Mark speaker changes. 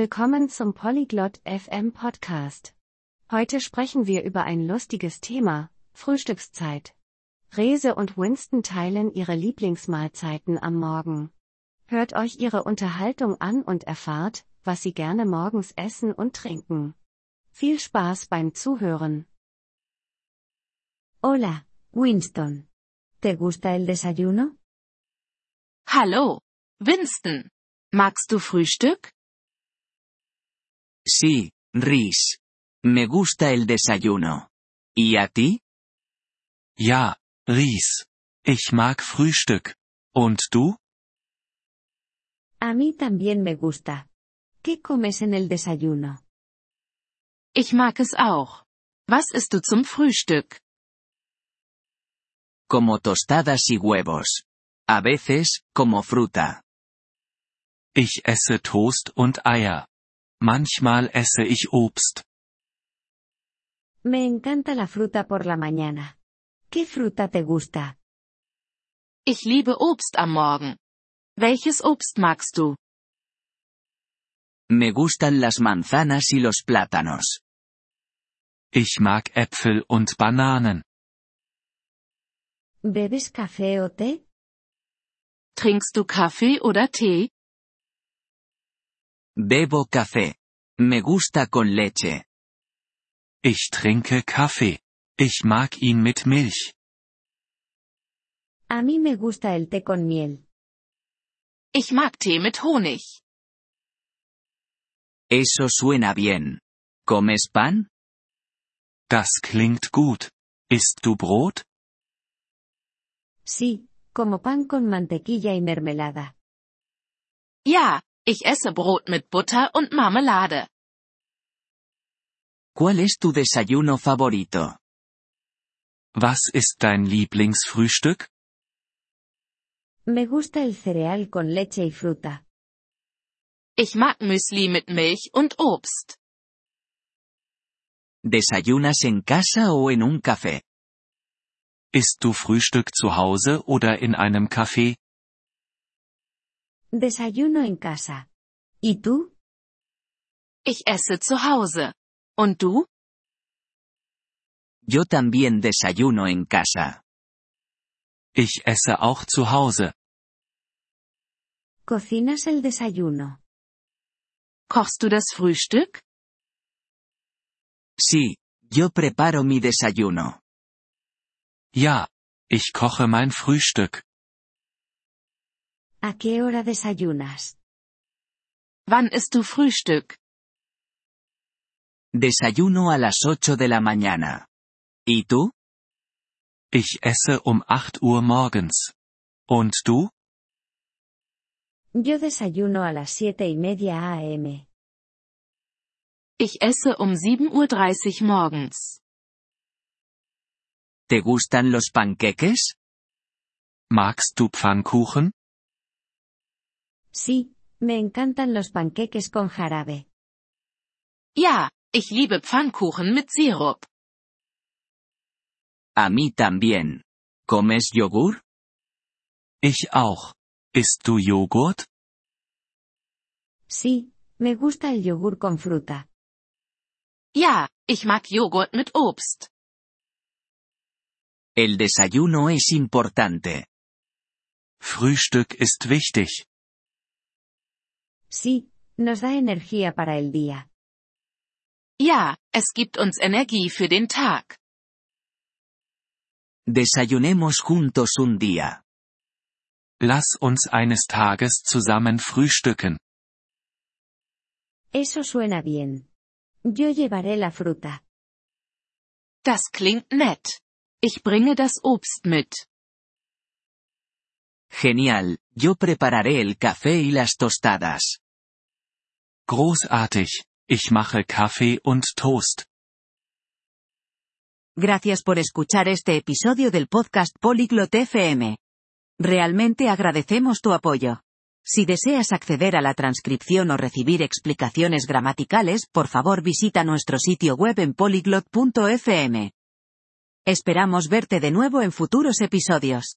Speaker 1: Willkommen zum Polyglot FM Podcast. Heute sprechen wir über ein lustiges Thema, Frühstückszeit. Rese und Winston teilen ihre Lieblingsmahlzeiten am Morgen. Hört euch ihre Unterhaltung an und erfahrt, was sie gerne morgens essen und trinken. Viel Spaß beim Zuhören.
Speaker 2: Hola, Winston. ¿Te gusta el desayuno?
Speaker 3: Hallo, Winston. Magst du Frühstück?
Speaker 4: Sí, Rhys. Me gusta el desayuno. ¿Y a ti?
Speaker 5: Ja, Rhys. Ich mag Frühstück. Und du?
Speaker 2: A mí también me gusta. ¿Qué comes en el desayuno?
Speaker 3: Ich mag es auch. Was isst du zum Frühstück?
Speaker 4: Como tostadas y huevos. A veces, como fruta.
Speaker 5: Ich esse Toast und Eier. Manchmal esse ich Obst.
Speaker 2: Me encanta la fruta por la mañana. ¿Qué fruta te gusta?
Speaker 3: Ich liebe Obst am Morgen. Welches Obst magst du?
Speaker 4: Me gustan las manzanas y los plátanos.
Speaker 5: Ich mag Äpfel und Bananen.
Speaker 2: ¿Bebes café o té?
Speaker 3: Trinkst du Kaffee oder Tee?
Speaker 4: Bebo café. Me gusta con leche.
Speaker 5: Ich trinke Kaffee. Ich mag ihn mit Milch.
Speaker 2: A mí me gusta el té con miel.
Speaker 3: Ich mag Tee mit Honig.
Speaker 4: Eso suena bien. ¿Comes pan?
Speaker 5: Das klingt gut. Isst du Brot?
Speaker 2: Sí, como pan con mantequilla y mermelada.
Speaker 3: Ja, ich esse Brot mit Butter und Marmelade.
Speaker 4: ¿Cuál es tu desayuno favorito?
Speaker 5: Was ist dein Lieblingsfrühstück?
Speaker 2: Me gusta el cereal con leche y fruta.
Speaker 3: Ich mag Müsli mit Milch und Obst.
Speaker 4: ¿Desayunas en casa o en un café?
Speaker 5: Isst du Frühstück zu Hause oder in einem Café?
Speaker 2: Desayuno en casa. ¿Y tú?
Speaker 3: Ich esse zu Hause. Und du?
Speaker 4: Yo también desayuno en casa.
Speaker 5: Ich esse auch zu Hause.
Speaker 2: ¿Cocinas el desayuno?
Speaker 3: Kochst du das Frühstück?
Speaker 4: Sí, yo preparo mi desayuno.
Speaker 5: Ja, ich koche mein Frühstück.
Speaker 2: ¿A qué hora desayunas?
Speaker 3: Wann isst du Frühstück?
Speaker 4: Desayuno a las 8 de la mañana. ¿Y tú?
Speaker 5: Ich esse um 8 Uhr morgens. Und du?
Speaker 2: Yo desayuno a las siete y media a.m.
Speaker 3: Ich esse um 7.30 Uhr morgens.
Speaker 4: ¿Te gustan los panqueques?
Speaker 5: Magst du Pfannkuchen?
Speaker 2: Sí, me encantan los panqueques con jarabe.
Speaker 3: Ja, ich liebe Pfannkuchen mit Sirup.
Speaker 4: A mí también. ¿Comes yogur?
Speaker 5: Ich auch. Isst du Joghurt?
Speaker 2: Sí, me gusta el yogur con fruta.
Speaker 3: Ja, ich mag Joghurt mit Obst.
Speaker 4: El desayuno es importante.
Speaker 5: Frühstück ist wichtig.
Speaker 2: Sí, nos da energía para el día.
Speaker 3: Ja, es gibt uns Energie für den Tag.
Speaker 4: Desayunemos juntos un día.
Speaker 5: Lass uns eines Tages zusammen frühstücken.
Speaker 2: Eso suena bien. Yo llevaré la fruta.
Speaker 3: Das klingt nett. Ich bringe das Obst mit.
Speaker 4: Genial, yo prepararé el café y las tostadas.
Speaker 5: Großartig. Ich mache Kaffee und Toast.
Speaker 6: Gracias por escuchar este episodio del podcast Polyglot FM. Realmente agradecemos tu apoyo. Si deseas acceder a la transcripción o recibir explicaciones gramaticales, por favor visita nuestro sitio web en polyglot.fm. Esperamos verte de nuevo en futuros episodios.